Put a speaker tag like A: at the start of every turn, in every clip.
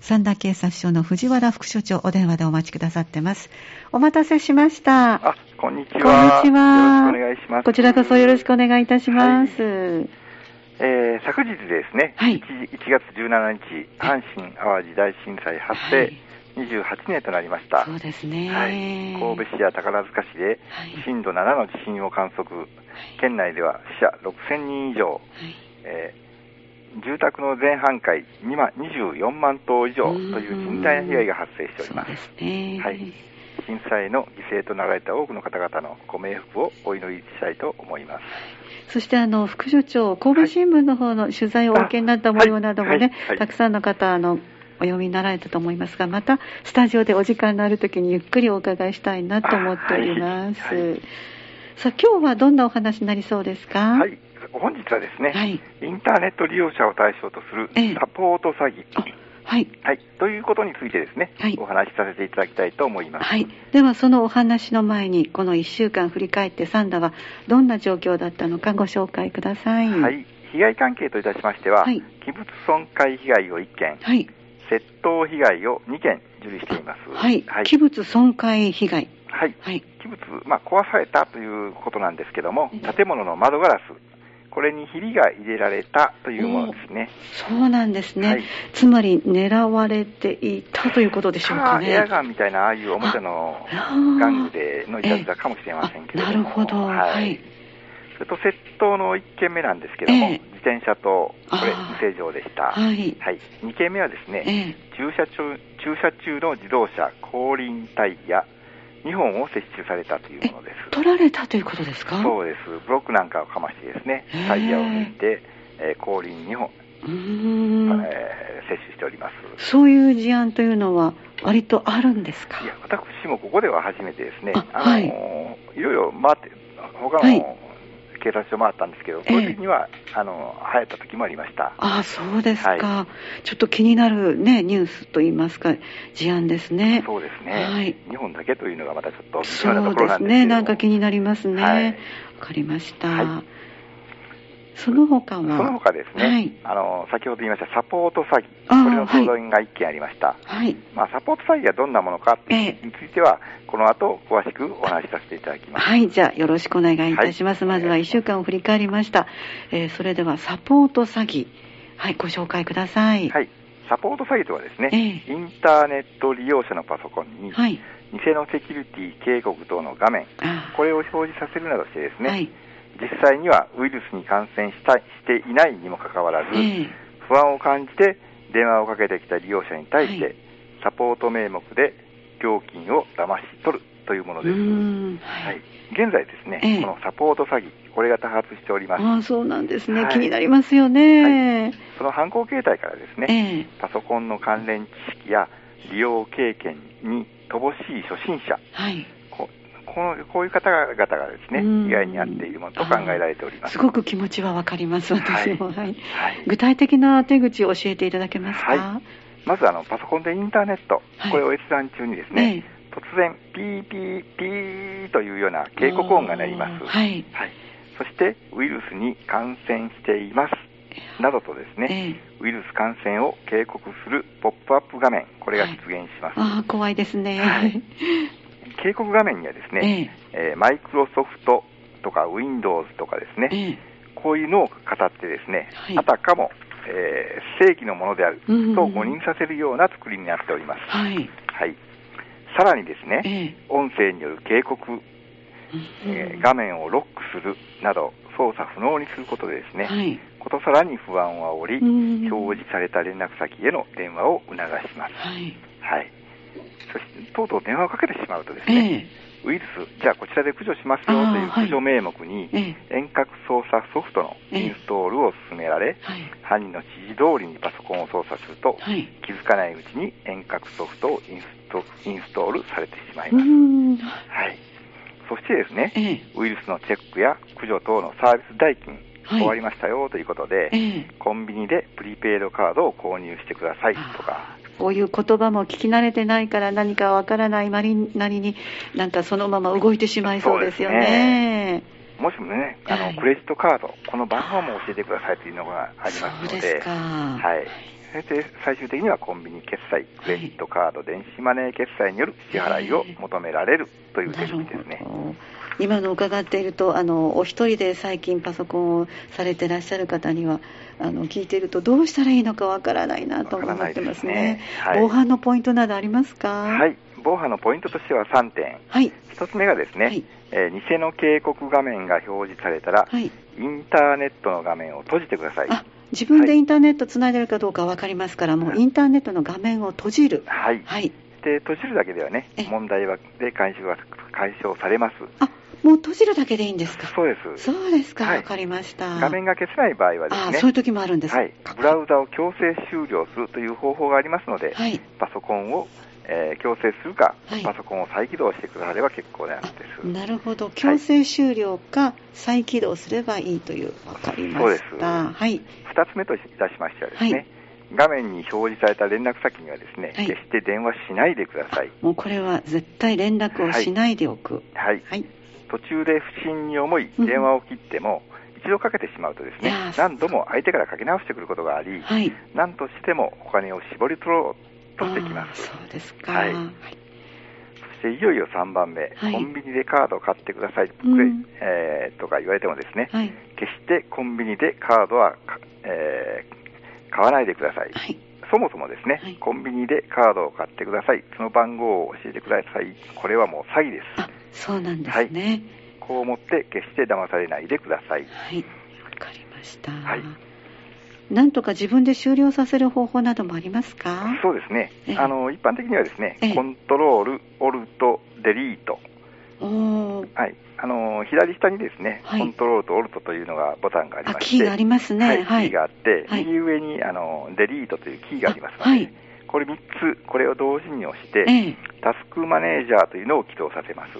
A: 三田警察署の藤原副署長、お電話でお待ちくださってます。お待たせしました。
B: あ、こんにち
A: こ
B: は。
A: んにちは
B: よろしくお願いします。
A: こちらこそよろしくお願いいたします。
B: えー昨日ですね、
A: はい
B: 1, 月17日、阪神・淡路大震災発
A: は
B: 生
A: い
B: 28年となりました。
A: そうですね。
B: はい、神戸市や宝塚市で
A: はい
B: 震度7の地震を観測、県内では死者6000人以上、
A: はい
B: えー住宅の全半壊2万24万棟以上という甚大な被害が発生しております
A: そう。ですね。
B: はい震災の犠牲となられた多くの方々のご冥福をお祈りしたいと思います。
A: そしてあの副所長、神戸新聞の方の取材をお受けになった模様なども
B: はいは
A: ね
B: いは、い
A: たくさんの方あのお読みになられたと思いますが、またスタジオでお時間のあるときにゆっくりお伺いしたいなと思っております。
B: あはいはい
A: さあ今日はどんなお話になりそうですか。
B: はい、本日はですね、
A: はい
B: インターネット利用者を対象とする
A: ええ
B: サポート詐欺、
A: あはい。
B: はい、ということについてですね、
A: はい
B: お話しさせていただきたいと思います。
A: はい、ではそのお話の前にこの1週間振り返ってサンダはどんな状況だったのかご紹介ください。
B: はい被害関係といたしましては、
A: はい
B: 器物損壊被害を1件、
A: はい、
B: 窃盗被害を2件受理しています。
A: はい
B: はい、
A: 器物損壊被害、
B: はい
A: はい、
B: 器物、まあ、壊されたということなんですけども
A: うん、
B: 建物の窓ガラス、これにひびが入れられたというものですね。
A: そうなんですね、
B: はい
A: つまり狙われていたということでしょう
B: カ
A: か
B: ーエア
A: ね。
B: ガンみたいな、ああいうおもちゃの
A: あ
B: 玩具でのいたずらかもしれませんけれども、
A: あなるほどは
B: はいい、それと窃盗の1件目なんですけども、
A: ええ
B: 自転車と、これ
A: あー、
B: 無施錠でした、
A: は、
B: はい2件目はですね、
A: ええ
B: 駐車中駐車中の自動車後輪タイヤ2本を接種されたというものです。
A: 取られたということですか
B: そうですブロックなんかをかましてですね
A: へえ、
B: タイヤを抜いて、えー後輪2本、
A: うーん
B: えー接種しております。
A: そういう事案というのは割とあるんですか
B: いや、私もここでは初めてですね、
A: あ
B: あ
A: はい
B: のいろいろ回って、他
A: はい
B: の警察署回ったんですけど、そういう時には、あの流行った時もありました。
A: ああそうですか、
B: は
A: ちょっと気になる、ね、ニュースといいますか事案ですね
B: そうですね、
A: はい
B: 日本だけというのがまたちょっと微妙な
A: そ
B: と
A: う
B: こ
A: で
B: ろな
A: す
B: んですけ
A: ね
B: ど
A: なんか気になりますねわ、
B: はい
A: かりました、
B: はい
A: その他は
B: その他ですね、
A: はい
B: あの先ほど言いましたサポート詐
A: あー
B: 欺、これの相談が1件ありました、
A: はい
B: まあ、サポート詐欺がどんなものか
A: ええ
B: については、この後詳しくお話しさせていただきます。
A: はい、じゃあよろしくお願いいたします。
B: はい
A: まずは1週間を振り返りました。えーそれではサポート詐欺、はい、ご紹介ください。
B: はい、サポート詐欺とはですね、
A: え
B: インターネット利用者のパソコンに、
A: はい、
B: 偽のセキュリティ警告等の画面、
A: あ
B: これを表示させるなどしてですね、
A: はい、
B: 実際にはウイルスに感染したしていないにもかかわらず、
A: ええ
B: 不安を感じて電話をかけてきた利用者に対して、
A: はい
B: サポート名目で料金を騙し取るというもの
A: う
B: です。
A: ーん、は
B: はい
A: い。、
B: 現在ですね、
A: ええ
B: このサポート詐欺、これが多発しております。
A: ああ、そうなんですね。
B: はい
A: 気になりますよね。
B: その犯行形態からですね、
A: ええ
B: パソコンの関連知識や利用経験に乏しい初心者、
A: はい。
B: ここのこういう方々がですね
A: うん、
B: 被害に遭っているものと考えられております。
A: すごく気持ちはわかります、私も。はい。
B: はい、
A: 具体的な手口を教えていただけますか、
B: はまずあのパソコンでインターネット
A: はい、
B: これを閲覧中にです
A: ええ
B: ね、突然、ピーピーピーというような警告音が鳴ります。
A: あーはい。
B: はいそして、ウイルスに感染していますなどとですね、
A: ええ
B: ウイルス感染を警告するポップアップ画面、これが出現します。
A: ああ、怖いですね。
B: はい警告画面にはですね、えマイクロソフトとか Windows とかです
A: ええ
B: ね、
A: ええ
B: こういうのを語ってですね、
A: はい
B: あたかも、えー正規のものであると
A: うん
B: 誤認させるような作りになっております。
A: はい。
B: はい、さらにです
A: え
B: ね、
A: え
B: 音声による警告、えー画面をロックするなど操作不能にすることでですね、
A: はい。
B: ことさらに不安を煽り、
A: うん
B: 表示された連絡先への電話を促します。
A: はい。
B: はい、そしてとうとう電話をかけてしまうとです
A: え
B: ね、
A: え
B: ウイルス、じゃあこちらで駆除しますよとい
A: あー
B: う
A: はい
B: 駆除名目に、
A: ええ
B: 遠隔操作ソフトのインストールを進められ、
A: はい。
B: 犯人の指示通りにパソコンを操作すると、
A: はい。
B: 気づかないうちに遠隔ソフトをインストインストールされてしまいうます。
A: ん。
B: はい、そしてですね、
A: ええ。
B: ウイルスのチェックや駆除等のサービス代金、
A: はい
B: 終わりましたよということで、
A: ええ。
B: コンビニでプリペイドカードを購入してくださいとか、
A: こういう言葉も聞き慣れてないから何かわからないまりなりになんかそのまま動いてしまいそうですよね。
B: もしもね、あの、
A: はい
B: クレジットカード、この番号も教えてくださいというのがありますの
A: そう
B: で、
A: ですか。
B: はい。そして最終的にはコンビニ決済、クレジットカード、電子マネー決済による支払いを求められるという手引きですね。
A: 今の伺っているとあのお一人で最近パソコンをされてらっしゃる方にはあの聞いているとどうしたらいいのかわからないなと思ってますね、ねはい、防犯のポイントなどありますか
B: はい防犯のポイントとしては3点、はい、1つ目がですね、はい、えー、偽の警告画面が表示されたら、はい、インターネットの画面を閉じてください
A: 自分でインターネットつないでるかどうか分かりますから、もうインターネットの画面を閉じる、
B: はい、はい、で閉じるだけではね、問題はで解消は解消されます。
A: もう閉じるだけでいいんですか
B: そうです。
A: そうですか、わ、はい、かりました。
B: 画面が消せない場合はですね。
A: そういう時もあるんです
B: はい。ブラウザを強制終了するという方法がありますので、はい、パソコンを、えー、強制するか、はい、パソコンを再起動してくだされば結構なんです。
A: なるほど。強制終了か、再起動すればいいという、わかりました。そうです。はい。
B: 二つ目といたしましてはですね、画面に表示された連絡先にはですね、はい、決して電話しないでください。
A: もうこれは絶対連絡をしないでおく。
B: はい。はい途中で不審に思い、電話を切っても、一度かけてしまうとですね、うん、何度も相手からかけ直してくることがあり、はい、何としてもお金を絞り取ろうとしてきます。
A: そうですか。はい。はい、。
B: そしていよいよ3番目、はい、コンビニでカードを買ってください、うん、えー、とか言われてもですね、はい、決してコンビニでカードは、えー、買わないでください。はいそもそもですね、はい、コンビニでカードを買ってください、その番号を教えてください、これはもう詐欺です
A: そうなんですね。はい、
B: こう思って決して騙されないでください。
A: はい、わかりました。はい。なんとか自分で終了させる方法などもありますか
B: そうですね。あの、一般的にはですね、コントロール、オルト、デリート。
A: お
B: はい。あの左下にですね、はい、コントロールとオルトというのがボタンがありまして、、
A: キーがありますね、はい
B: キーがあって、はい、右上にあのデリートというキーがありますので、これ3つ、これを同時に押して、ええ、タスクマネージャーというのを起動させます。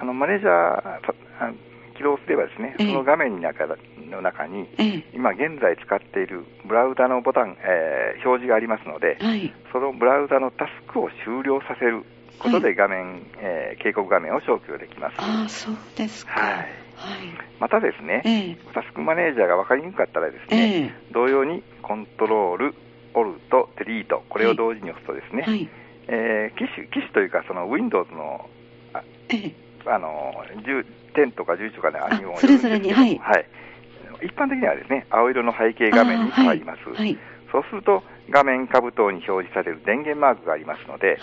B: あのマネージャー起動すればですね、ええ、その画面の中の中に、え、今現在使っているブラウザのボタン、えー、表示がありますので、はい、そのブラウザのタスクを終了させることで画面、はい、えー、警告画面を消去できます。
A: あそうですか、はい
B: はい、またですね、タスクマネージャーが分かりにくかったらですね、同様にコントロール、オルト、デリート、これを同時に押すとですね、はい、えー、機種、機種というかその Windows の、ああの10とか11とかね、
A: アニメをそれぞれに、はい、。
B: はい、一般的にはですね、青色の背景画面に変わります。はいはい、そうすると、画面下部等に表示される電源マークがありますので、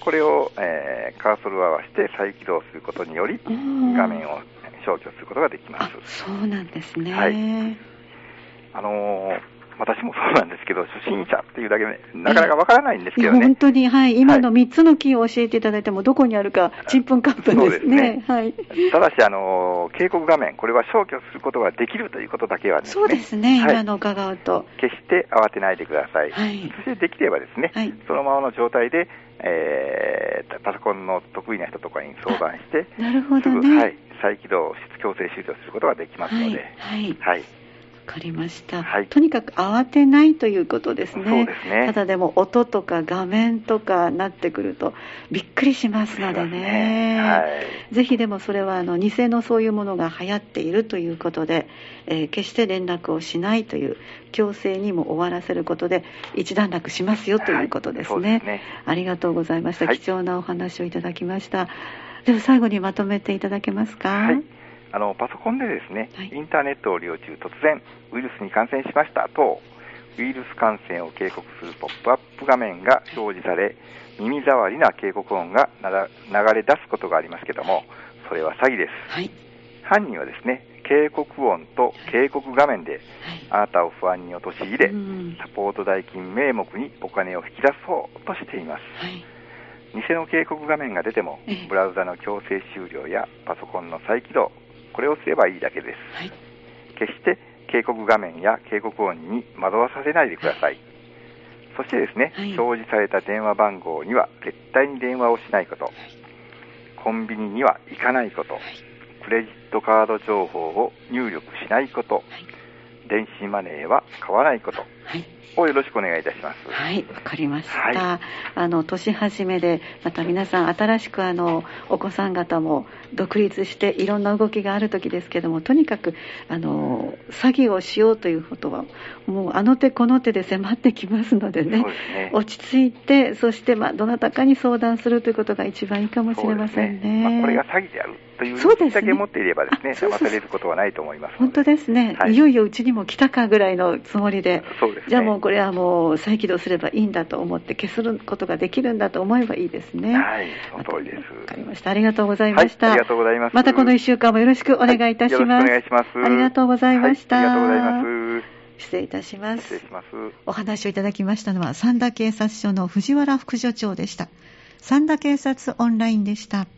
B: これを、えー、カーソルを合わせて再起動することにより、画面を消去することができます
A: そうなんですね。
B: はい、あのー私もそうなんですけど、初心者っていうだけで、なかなかわからないんですけどね。
A: 本当に、はい、今の3つのキーを教えていただいても、どこにあるか、ちんぷんかんぷんですね。
B: すねはい、ただし、あの、警告画面、これは消去することができるということだけは、ね、
A: そうですね、はい、今の伺うと。
B: 決して慌てないでください。はい、そしてできればですね、はい、そのままの状態で、えー、パソコンの得意な人とかに相談して、
A: なるほどね、
B: はい、再起動、強制終了することができますので。
A: はいはい分かりました、はい、とにかく慌てないということですね
B: ですね
A: ただでも音とか画面とかなってくるとびっくりしますのでね、ねはい、ぜひでもそれはあの偽のそういうものが流行っているということで、えー、決して連絡をしないという強制にも終わらせることで一段落しますよということですね,はい、すねありがとうございました、貴重なお話をいただきましたでは最後にまとめていただけますか、
B: あのパソコンでですね、はい、インターネットを利用中、突然ウイルスに感染しましたと、ウイルス感染を警告するポップアップ画面が表示され、耳障りな警告音が流れ出すことがありますけども、それは詐欺です。
A: はい、
B: 犯人はですね、警告音と警告画面で、あなたを不安に陥れ、はい、サポート代金名目にお金を引き出そうとしています。偽の警告画面が出ても、ブラウザの強制終了やパソコンの再起動、これをすればいいだけです、はい、決して警告画面や警告音に惑わされないでください、はい、そしてですね、はい、表示された電話番号には絶対に電話をしないこと、コンビニには行かないこと、クレジットカード情報を入力しないこと、電子マネーは買わないこと、をよろしくお願いいたします。
A: はい、わかりました。はい、あの年始めでまた皆さん新しくあのお子さん方も独立していろんな動きがある時ですけども、とにかくあの詐欺をしようということはもうあの手この手で迫ってきますのでね、でね落ち着いてそしてまあどなたかに相談するということが一番いいかもしれませんね。ね
B: まあ、これが詐欺であるというそうです、ね、持っていればですね、騙されることはないと思います。
A: 本当ですね、はい、いよいようちにも来たかぐらいのつもりで、そうですね、じゃあもうこれはもう再起動すればいいんだと思って消すことができるんだと思えばいいですね。
B: はい、その通りです。
A: わかりました。ありがとうございました、
B: はい、ありがとうございます。、
A: またこの1週間もよろしくお願いいたします。はい
B: お願いします。
A: ありがとうございました。
B: ありがとうございます。
A: 失礼いたします
B: 失礼します
A: お話をいただきましたのは三田警察署の藤原副署長でした三田警察オンラインでした